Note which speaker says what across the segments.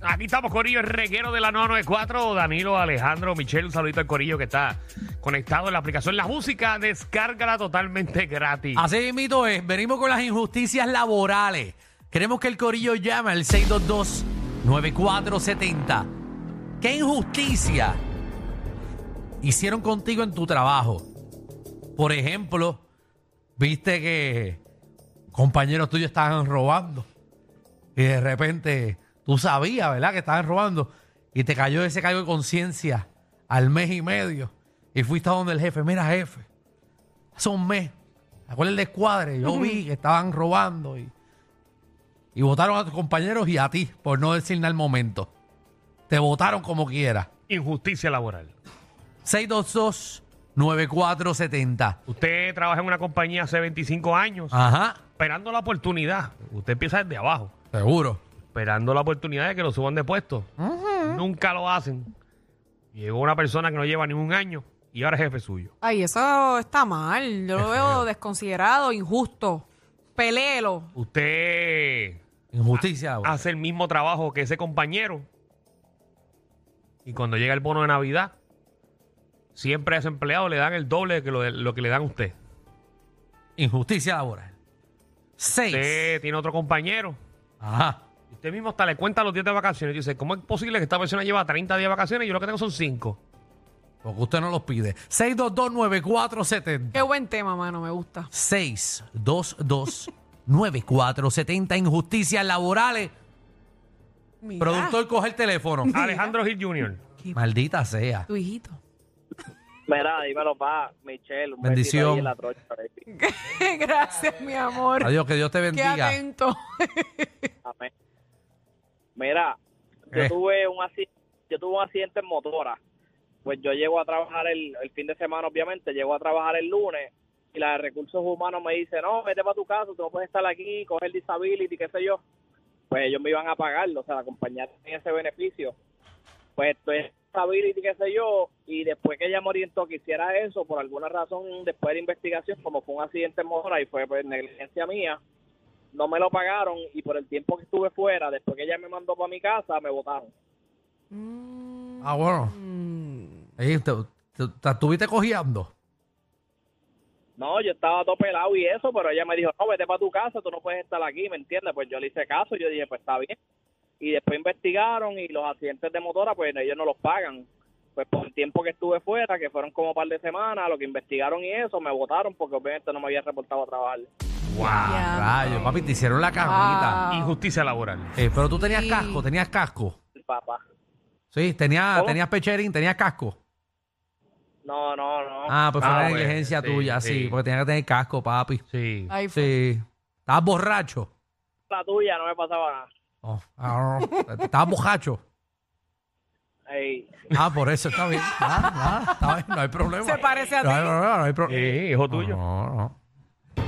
Speaker 1: Aquí estamos, Corillo, el reguero de la 994. Danilo, Alejandro, Michelle, un saludito al Corillo que está conectado en la aplicación. La música, descárgala totalmente gratis.
Speaker 2: Así mito es, venimos con las injusticias laborales. Queremos que el corillo llame al 622-9470. ¿Qué injusticia hicieron contigo en tu trabajo? Por ejemplo, viste que compañeros tuyos estaban robando y de repente tú sabías, ¿verdad?, que estaban robando y te cayó ese cargo de conciencia al mes y medio y fuiste a donde el jefe, mira jefe, hace un mes, ¿cuál es el descuadre? Yo vi que estaban robando y, y votaron a tus compañeros y a ti, por no decir nada al momento. Te votaron como quiera.
Speaker 1: Injusticia laboral.
Speaker 2: 622-9470.
Speaker 1: Usted trabaja en una compañía hace 25 años,
Speaker 2: Ajá,
Speaker 1: esperando la oportunidad. Usted empieza desde abajo,
Speaker 2: seguro.
Speaker 1: esperando la oportunidad de que lo suban de puesto. Nunca lo hacen. Llegó una persona que no lleva ni un año y ahora es jefe suyo.
Speaker 3: Ay, eso está mal. Yo lo veo desconsiderado, injusto. Peléelo.
Speaker 1: Usted
Speaker 2: Injusticia. laboral.
Speaker 1: hace el mismo trabajo que ese compañero. Y cuando llega el bono de Navidad, siempre a ese empleado le dan el doble de que lo, lo que le dan a usted.
Speaker 2: Injusticia laboral. 6.
Speaker 1: Usted tiene otro compañero.
Speaker 2: Ajá.
Speaker 1: y Usted mismo hasta le cuenta los días de vacaciones. Y dice, ¿cómo es posible que esta persona lleva 30 días de vacaciones y yo lo que tengo son 5?
Speaker 2: Porque usted no los pide. 6229470.
Speaker 3: Qué buen tema, mano, me gusta.
Speaker 2: 622-9470. Injusticias laborales.
Speaker 3: Mira,
Speaker 2: Productor coge el teléfono.
Speaker 1: Alejandro Gil Jr.
Speaker 2: Maldita sea.
Speaker 3: Tu hijito.
Speaker 4: Mira, dímelo, pa, Michelle. Un
Speaker 2: Bendición.
Speaker 4: besito ahí en la trocha, baby.
Speaker 3: Gracias, mi amor.
Speaker 2: Adiós, que Dios te
Speaker 3: Qué
Speaker 2: bendiga.
Speaker 3: atento.
Speaker 4: Amén. Mira,
Speaker 2: Eh.
Speaker 4: yo tuve, un accidente, yo tuve un accidente en motora. Pues yo llego a trabajar el, el fin de semana, obviamente, llego a trabajar el lunes y la de recursos humanos me dice, no, vete para tu casa, tú no puedes estar aquí, coge el disability, qué sé yo. Pues ellos me iban a pagarlo, o sea, la compañía tenía ese beneficio. Pues estoy en disability, qué sé yo, y después que ella me orientó que hiciera eso, por alguna razón, después de la investigación, como fue un accidente en motora y fue pues, negligencia mía, no me lo pagaron y por el tiempo que estuve fuera, después que ella me mandó para mi casa, me votaron.
Speaker 3: Mm,
Speaker 2: Ah, bueno.
Speaker 3: mm.
Speaker 2: Ahí te, te- te estuviste cojeando.
Speaker 4: No, yo estaba todo pelado y eso, pero ella me dijo, no, vete para tu casa, tú no puedes estar aquí, ¿me entiendes? Pues yo le hice caso, yo dije, pues está bien. Y después investigaron y los accidentes de motora, pues ellos no los pagan. Pues por el tiempo que estuve fuera, que fueron como un par de semanas, lo que investigaron y eso, me votaron porque obviamente no me había reportado a trabajar.
Speaker 2: Ah, Rayos, papi, te hicieron la cajita.
Speaker 3: Ah.
Speaker 1: Injusticia laboral.
Speaker 2: Eh, pero tú tenías
Speaker 3: Sí.
Speaker 2: casco, tenías casco.
Speaker 4: El papá.
Speaker 2: Sí, tenías,
Speaker 4: ¿Cómo?
Speaker 2: tenías pecherín, tenías casco.
Speaker 4: No, no, no.
Speaker 2: Ah, pues fue
Speaker 1: Ah,
Speaker 2: una
Speaker 1: pues,
Speaker 2: negligencia
Speaker 1: sí,
Speaker 2: tuya,
Speaker 1: sí.
Speaker 2: sí, porque tenías que tener casco, papi.
Speaker 1: Sí.
Speaker 3: Ahí fue.
Speaker 2: Sí. Estabas borracho.
Speaker 4: La tuya no me pasaba nada.
Speaker 2: Oh, ah, no. Estabas borracho.
Speaker 4: Ey,
Speaker 2: Ah, por eso está bien. Ah, ah, está bien, no hay problema.
Speaker 3: Se parece a
Speaker 2: No hay
Speaker 3: ti.
Speaker 2: problema, no hay pro-
Speaker 1: Eh, hijo tuyo.
Speaker 2: No, no.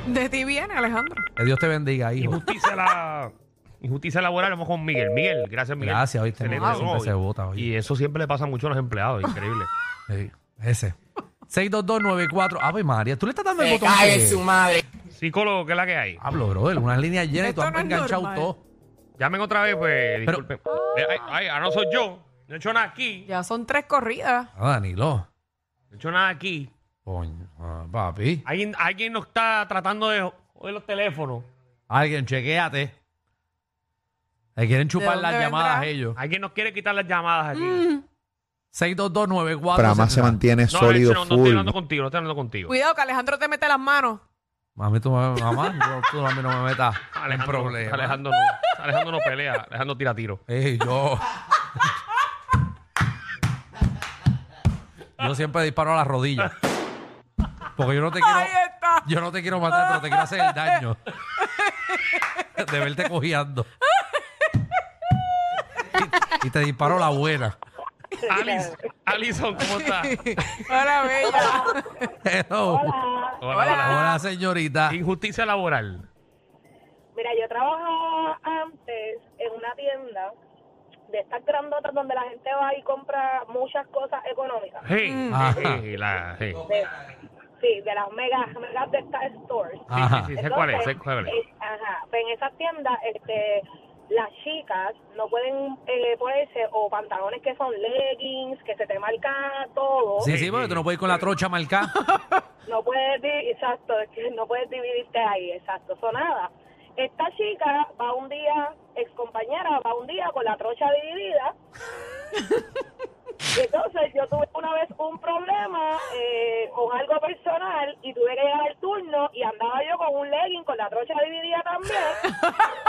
Speaker 3: De ti viene, Alejandro.
Speaker 2: Que Dios te bendiga, hijo.
Speaker 1: Injusticia, la... Injusticia laboral, vamos con Miguel. Miguel, gracias, Miguel.
Speaker 2: Gracias, oíste,
Speaker 1: Excelente
Speaker 2: Miguel, siempre
Speaker 1: hoy.
Speaker 2: se vota, oye.
Speaker 1: Y eso siempre le pasa mucho a los empleados, increíble.
Speaker 2: Sí, ese. 62294. Ave María, tú le estás dando el botón. que-
Speaker 1: Psicólogo, ¿qué es la que hay?
Speaker 2: Hablo, brother. Unas líneas llenas y tú
Speaker 3: Esto
Speaker 2: has
Speaker 3: no es
Speaker 2: enganchado
Speaker 3: normal.
Speaker 2: todo.
Speaker 1: Llamen otra vez, pues,
Speaker 2: Pero-
Speaker 1: disculpen. Eh, ay, ay, ahora no soy yo. No he hecho nada aquí.
Speaker 3: Ya son tres corridas.
Speaker 2: Ah, Danilo.
Speaker 1: No he hecho nada aquí.
Speaker 2: Coño, ah, papi.
Speaker 1: Alguien, alguien nos está tratando de joder los teléfonos.
Speaker 2: Alguien, chequeate. Le quieren chupar
Speaker 3: ¿De
Speaker 2: las
Speaker 3: dónde
Speaker 2: llamadas
Speaker 3: vendrá?
Speaker 2: ellos.
Speaker 1: Alguien nos quiere quitar las llamadas aquí.
Speaker 5: Pero además se
Speaker 2: 62294.
Speaker 5: mantiene
Speaker 1: no, de hecho,
Speaker 5: sólido,
Speaker 1: no, no estoy
Speaker 5: full.
Speaker 1: hablando contigo, no estoy hablando contigo.
Speaker 3: Cuidado que Alejandro te mete las manos.
Speaker 2: Mami, tú, me- mamá, yo- tú a mí no me metas en
Speaker 1: Alejandro,
Speaker 2: problemas.
Speaker 1: Alejandro, no, Alejandro no pelea, Alejandro tira tiro.
Speaker 2: Ey, yo. yo siempre disparo a las rodillas. Porque yo no te
Speaker 3: Ahí
Speaker 2: quiero.
Speaker 3: está.
Speaker 2: Yo no te quiero matar, pero te quiero hacer el daño. De verte cojeando. Y, y te disparo la buena.
Speaker 1: Alice, Alison, ¿cómo estás?
Speaker 3: Hola, bella.
Speaker 2: Hello. Hola. señorita.
Speaker 1: Injusticia laboral.
Speaker 6: Mira, yo trabajaba antes en una tienda de estas grandotas donde la gente va y compra muchas cosas económicas.
Speaker 1: Hey,
Speaker 2: Ajá.
Speaker 1: hey, la, hey.
Speaker 6: De- sí, de las mega, mega de estas stores.
Speaker 2: Ajá.
Speaker 1: Sí, sí, sí, sé cuál es, sé
Speaker 6: Entonces,
Speaker 1: cuál es.
Speaker 6: eh, ajá, pues en esas tiendas este, las chicas no pueden eh, ponerse o pantalones que son leggings, que se te marca todo.
Speaker 2: Sí, sí, porque tú no puedes ir con la trocha marcada.
Speaker 6: No puedes, di- exacto, es que no puedes dividirte ahí, exacto, eso nada. Esta chica va un día, excompañera, va un día con la trocha dividida. Y Entonces yo tuve una vez un problema eh, con algo personal y tuve que llegar al turno y andaba yo con un legging con la trocha dividida también.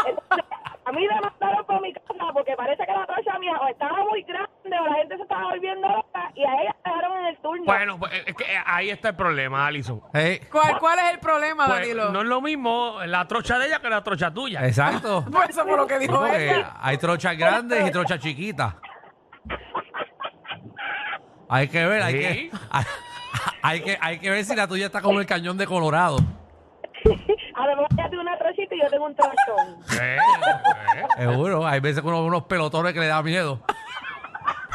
Speaker 6: Entonces, a mí me mandaron por mi casa porque parece que la trocha mía o estaba muy grande o la gente se estaba volviendo loca y a ella la dejaron en el turno.
Speaker 1: Bueno, pues, eh, es que eh, ahí está el problema, Alison.
Speaker 2: Eh,
Speaker 3: ¿Cuál, ¿Cuál es el problema,
Speaker 1: Pues,
Speaker 3: Danilo?
Speaker 1: no es lo mismo la trocha de ella que la trocha tuya.
Speaker 2: Eh. exacto.
Speaker 3: Pues eso fue lo que dijo
Speaker 2: Porque
Speaker 1: eh.
Speaker 3: ella.
Speaker 2: hay trochas grandes y trochas chiquitas. Hay que ver, hay,
Speaker 1: Sí.
Speaker 2: que, hay, que hay que ver si la tuya está como el cañón de Colorado.
Speaker 6: A lo mejor ella tiene una trochita y yo tengo un trochón.
Speaker 1: Eh, eh.
Speaker 2: Seguro, hay veces que uno ve unos pelotones que le da miedo.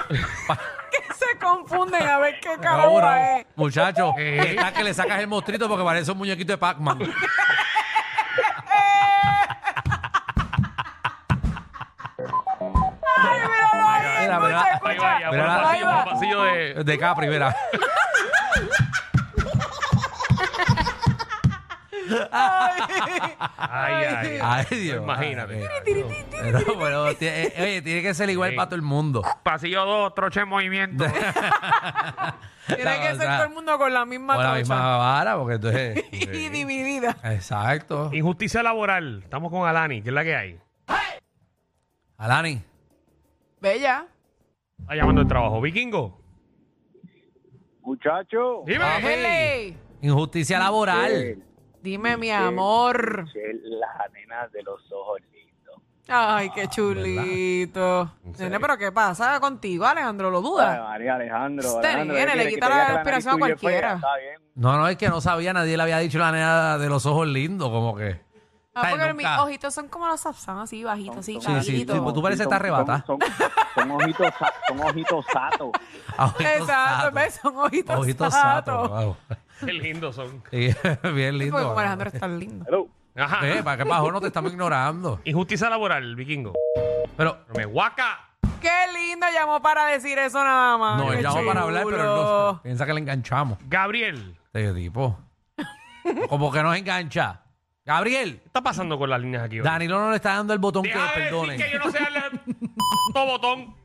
Speaker 3: Que se confunden a ver qué
Speaker 2: Seguro,
Speaker 3: caramba es.
Speaker 2: muchacho,
Speaker 3: Eh.
Speaker 1: Sí.
Speaker 2: está que le sacas el mostrito porque parece un muñequito de Pac-Man.
Speaker 3: Ay, míralo
Speaker 1: Ahí
Speaker 3: ahí,
Speaker 2: va, mira.
Speaker 3: escucha,
Speaker 1: Ahí
Speaker 3: escucha.
Speaker 1: va, ya, por
Speaker 2: Mira
Speaker 1: un pasillo,
Speaker 2: la-
Speaker 1: por un
Speaker 3: Ahí va.
Speaker 1: pasillo de...
Speaker 2: De Capri, verá.
Speaker 1: Ay, ay, ay.
Speaker 2: Ay, Dios.
Speaker 1: Imagínate.
Speaker 2: Pero, pero, ti- eh, oye, tiene que ser igual
Speaker 1: Sí.
Speaker 2: para todo el mundo.
Speaker 1: Pasillo 2, trocha en movimiento.
Speaker 3: Tiene que ser todo el mundo con la misma
Speaker 2: Con la
Speaker 3: trocha.
Speaker 2: misma vara, porque entonces.
Speaker 3: Y dividida.
Speaker 2: Exacto.
Speaker 1: Injusticia laboral. Estamos con Alani, que es la que hay.
Speaker 2: Alani,
Speaker 3: Bella.
Speaker 1: Está llamando el trabajo. Vikingo.
Speaker 5: Muchacho,
Speaker 3: Ah,
Speaker 1: Dime.
Speaker 3: pues. Ángele.
Speaker 2: injusticia laboral.
Speaker 3: Dime, mi amor.
Speaker 5: que las nenas de los ojos lindos.
Speaker 2: Ah,
Speaker 3: Ay, qué chulito. Nene, pero ¿qué pasa contigo, Alejandro? ¿Lo
Speaker 5: Ay,
Speaker 3: dudas?
Speaker 5: María Alejandro,
Speaker 3: Está
Speaker 5: Alejandro,
Speaker 3: bien,
Speaker 5: ¿qué
Speaker 3: le
Speaker 5: quieres?
Speaker 3: quita
Speaker 5: Que te
Speaker 3: la
Speaker 5: diga que
Speaker 3: respiración a
Speaker 5: nariz tuya es
Speaker 3: cualquiera.
Speaker 5: fea, Está bien.
Speaker 2: No, no, es que no sabía, nadie le había dicho la nena de los ojos lindos, como que.
Speaker 3: Ah,
Speaker 2: Ay,
Speaker 3: porque mis
Speaker 2: nunca.
Speaker 3: ojitos son como los sapsan, así bajitos, así,
Speaker 2: son- sí, sí,
Speaker 3: claritos.
Speaker 2: Pues tú pareces estar arrebatada.
Speaker 5: Son, son- son ojitos, sa- son ojitos satos.
Speaker 2: a ojitos
Speaker 3: Exacto,
Speaker 2: satos.
Speaker 3: ¿ves? Son ojitos,
Speaker 2: Ojitos
Speaker 3: satos.
Speaker 2: satos, wow.
Speaker 1: Qué lindos son.
Speaker 2: Sí, bien
Speaker 3: Sí,
Speaker 2: lindo.
Speaker 3: porque como Alejandro es tan lindo.
Speaker 5: Hello.
Speaker 1: Ajá.
Speaker 2: Ve, ¿Para qué bajo? No te estamos ignorando.
Speaker 1: Injusticia laboral, Vikingo.
Speaker 2: Pero
Speaker 1: Pero Me guaca.
Speaker 3: Qué lindo llamó para decir eso nada más.
Speaker 2: no,
Speaker 3: Qué
Speaker 2: él llamó para hablar, pero él no.
Speaker 3: chulo.
Speaker 2: Piensa que le enganchamos.
Speaker 1: Gabriel.
Speaker 2: Este tipo. Como que nos engancha. Gabriel,
Speaker 1: ¿Qué está pasando con las líneas aquí? hoy?
Speaker 2: Danilo no le está dando el botón que
Speaker 1: Deja de
Speaker 2: perdone.
Speaker 1: decir que yo no sé darle todo botón.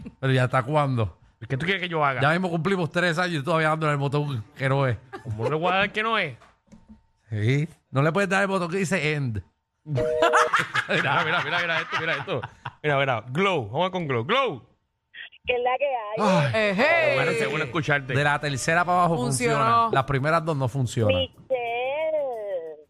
Speaker 2: pero ya está cuando.
Speaker 1: ¿Qué tú quieres que yo haga?
Speaker 2: Ya mismo cumplimos tres años y todavía dándole el botón que no es.
Speaker 1: ¿Cómo le voy a dar que no es?
Speaker 2: Sí. No le puedes dar el botón que dice end.
Speaker 1: Mira, mira, mira, mira esto, mira esto. Mira, mira. Glow. Vamos con Glow. Glow.
Speaker 6: Que es la que hay.
Speaker 3: Ejé.
Speaker 1: Bueno, seguro escucharte.
Speaker 2: De la tercera para abajo
Speaker 3: Funcionó.
Speaker 2: funciona. Las primeras dos no funcionan.
Speaker 6: Michelle.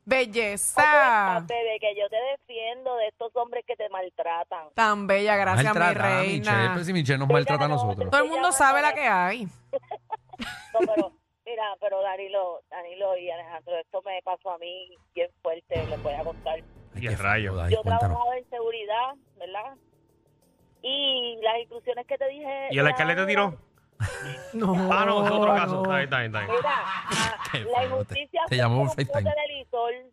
Speaker 3: Belleza.
Speaker 6: Bebé, que yo te defiendo de estos hombres que te maltratan.
Speaker 3: Tan bella, gracias, mi
Speaker 2: Maltratada, Michelle.
Speaker 3: reina.
Speaker 2: Pues si Michelle nos maltrata a nosotros.
Speaker 3: Todo el mundo sabe la que hay.
Speaker 6: No, pero, mira, pero Danilo, Danilo y Alejandro, esto me pasó a mí bien fuerte, les voy a contar.
Speaker 1: Y
Speaker 2: Ay, qué
Speaker 1: rayo.
Speaker 2: foda, ay,
Speaker 6: yo
Speaker 2: cuéntanos.
Speaker 6: trabajaba en seguridad, ¿verdad? Y las instrucciones que te dije...
Speaker 1: ¿Y el alcalde te tiró?
Speaker 3: No.
Speaker 1: Ah, no, es otro caso. Está bien, está bien, está bien.
Speaker 6: Mira, ah,
Speaker 2: Qué
Speaker 6: la
Speaker 2: feo, te-
Speaker 6: injusticia
Speaker 2: te llamó por
Speaker 6: fue por un
Speaker 2: FaceTime.
Speaker 6: bote de lisol.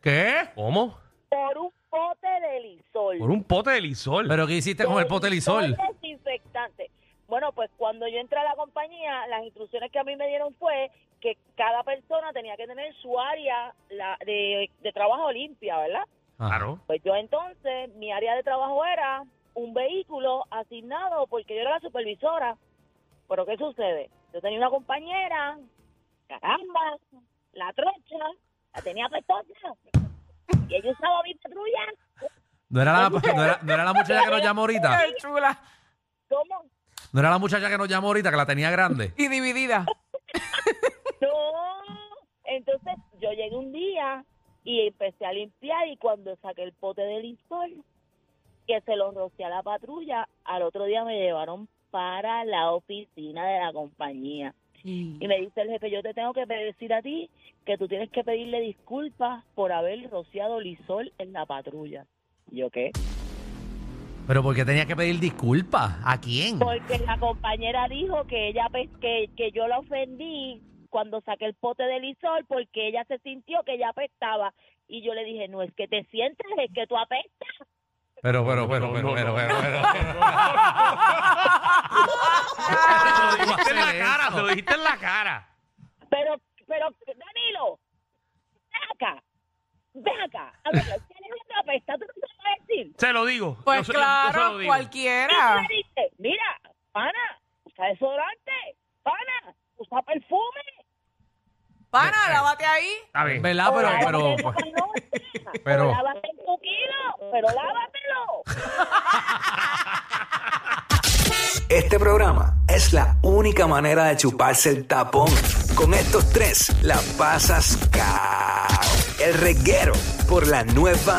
Speaker 2: ¿Qué?
Speaker 1: ¿Cómo?
Speaker 6: Por un bote de lisol.
Speaker 1: Por un pote de lisol.
Speaker 2: ¿Pero qué hiciste con el pote lisol?
Speaker 6: Todo desinfectante. Bueno, pues cuando yo entré a la compañía, las instrucciones que a mí me dieron fue que cada persona tenía que tener su área la- de, de trabajo limpia, ¿verdad?
Speaker 1: Claro.
Speaker 6: Pues yo entonces, mi área de trabajo era un vehículo asignado porque yo era la supervisora. Pero ¿qué sucede? Yo tenía una compañera, caramba, la trocha, la tenía pestosa. Y ella usaba mi patrulla.
Speaker 2: ¿No era, la, no, era, no era la muchacha que nos llamó ahorita?
Speaker 3: Qué chula.
Speaker 6: ¿Cómo?
Speaker 2: ¿No era la muchacha que nos llamó ahorita que la tenía grande?
Speaker 3: Y dividida.
Speaker 6: No. Entonces yo llegué un día y empecé a limpiar y cuando saqué el pote de lisol, que se lo rocié a la patrulla, al otro día me llevaron para la oficina de la compañía. Y me dice el jefe, yo te tengo que decir a ti que tú tienes que pedirle disculpas por haber rociado lisol en la patrulla. ¿Y yo qué?
Speaker 2: Pero porque tenía que pedir disculpas. ¿A quién?
Speaker 6: Porque la compañera dijo que ella pues, que, que yo la ofendí cuando saqué el pote de lisol porque ella se sintió que ella apestaba. Y yo le dije, no es que te sientas, es que tú apestas.
Speaker 2: Pero, pero,
Speaker 1: No,
Speaker 2: pero,
Speaker 1: no,
Speaker 2: pero,
Speaker 1: no,
Speaker 2: pero,
Speaker 1: no.
Speaker 2: pero, pero.
Speaker 3: Ah,
Speaker 1: Se lo dijiste en la cara, se lo dijiste en la cara.
Speaker 6: Pero, pero, Danilo, ven acá, ven acá. A ver, si eres una apesta, tú no te vas a decir.
Speaker 1: Se lo digo. Yo
Speaker 3: Pues
Speaker 1: se- yo- yo se
Speaker 3: claro,
Speaker 1: lo digo.
Speaker 3: cualquiera.
Speaker 6: Y tú le dices, mira, pana, usa desodorante, pana, usa perfume.
Speaker 3: Pana, lávate ahí.
Speaker 1: Está bien.
Speaker 2: ¿Verdad? Ah, Pero,
Speaker 6: lávate
Speaker 2: pero,
Speaker 6: en la
Speaker 2: pues,
Speaker 6: noche,
Speaker 2: pero-
Speaker 6: o lávate en tu kilo, pero lávatelo.
Speaker 7: Este programa es la única manera de chuparse el tapón. Con estos tres la pasas cao. El reguero por la nueva